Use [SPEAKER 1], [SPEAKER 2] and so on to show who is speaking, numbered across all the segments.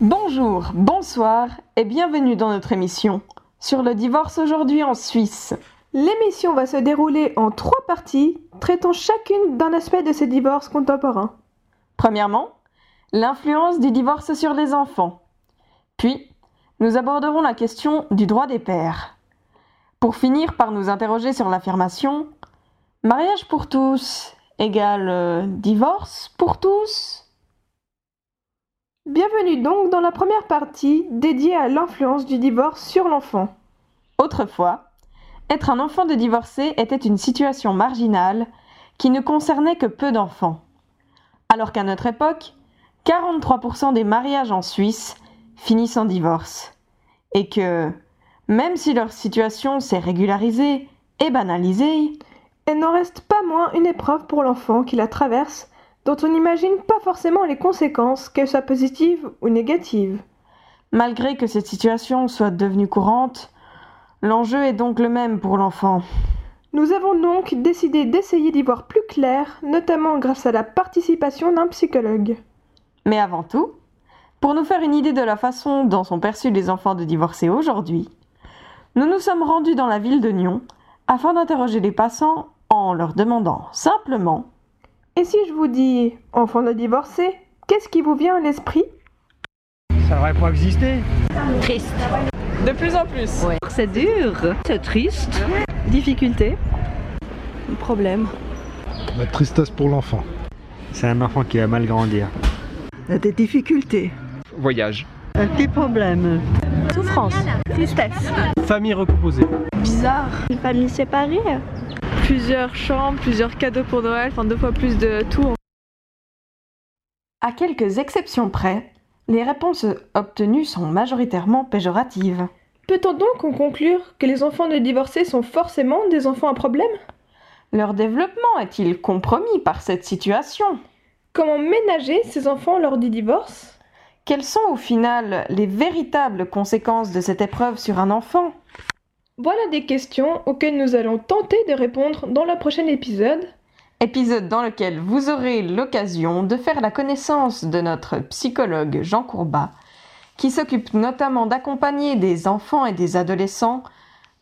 [SPEAKER 1] Bonjour, bonsoir et bienvenue dans notre émission sur le divorce aujourd'hui en Suisse.
[SPEAKER 2] L'émission va se dérouler en trois parties, traitant chacune d'un aspect de ces divorces contemporains.
[SPEAKER 1] Premièrement, l'influence du divorce sur les enfants. Puis, nous aborderons la question du droit des pères. Pour finir par nous interroger sur l'affirmation mariage pour tous égale euh, divorce pour tous
[SPEAKER 2] Bienvenue donc dans la première partie dédiée à l'influence du divorce sur l'enfant.
[SPEAKER 1] Autrefois, être un enfant de divorcé était une situation marginale qui ne concernait que peu d'enfants. Alors qu'à notre époque, 43% des mariages en Suisse finissent en divorce. Et que, même si leur situation s'est régularisée et banalisée,
[SPEAKER 2] Elle n'en reste pas moins une épreuve pour l'enfant qui la traverse, dont on n'imagine pas forcément les conséquences, qu'elles soient positives ou négatives.
[SPEAKER 1] Malgré que cette situation soit devenue courante, l'enjeu est donc le même pour l'enfant.
[SPEAKER 2] Nous avons donc décidé d'essayer d'y voir plus clair, notamment grâce à la participation d'un psychologue.
[SPEAKER 1] Mais avant tout, pour nous faire une idée de la façon dont sont perçus les enfants de divorcés aujourd'hui, nous nous sommes rendus dans la ville de Nyon afin d'interroger les passants en leur demandant simplement
[SPEAKER 2] Et si je vous dis enfant de divorcé, qu'est-ce qui vous vient à l'esprit
[SPEAKER 3] Ça n'aurait pas existé.
[SPEAKER 4] Triste.
[SPEAKER 1] de plus en plus.
[SPEAKER 4] C'est dur. C'est triste. Difficulté. Problème.
[SPEAKER 5] La tristesse pour l'enfant.
[SPEAKER 3] C'est un enfant qui a mal grandir.
[SPEAKER 6] des difficultés. Euh,
[SPEAKER 7] Voyage.
[SPEAKER 6] Des problèmes.
[SPEAKER 4] Souffrance. Tristesse.
[SPEAKER 3] Famille recomposée.
[SPEAKER 8] Une famille séparée
[SPEAKER 9] plusieurs chambres, plusieurs cadeaux pour Noël, enfin deux fois plus de tout.
[SPEAKER 1] À quelques exceptions près, les réponses obtenues sont majoritairement péjoratives.
[SPEAKER 2] Peut-on donc en conclure que les enfants de divorcés sont forcément des enfants à problème
[SPEAKER 1] Leur développement est-il compromis par cette situation
[SPEAKER 2] Comment ménager ces enfants lors du divorce
[SPEAKER 1] Quelles sont au final les véritables conséquences de cette épreuve sur un enfant
[SPEAKER 2] Voilà des questions auxquelles nous allons tenter de répondre dans le prochain épisode.
[SPEAKER 1] Épisode dans lequel vous aurez l'occasion de faire la connaissance de notre psychologue Jean Courbat, qui s'occupe notamment d'accompagner des enfants et des adolescents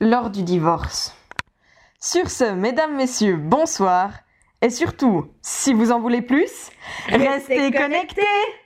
[SPEAKER 1] lors du divorce. Sur ce, mesdames, messieurs, bonsoir, et surtout, si vous en voulez plus, restez connectés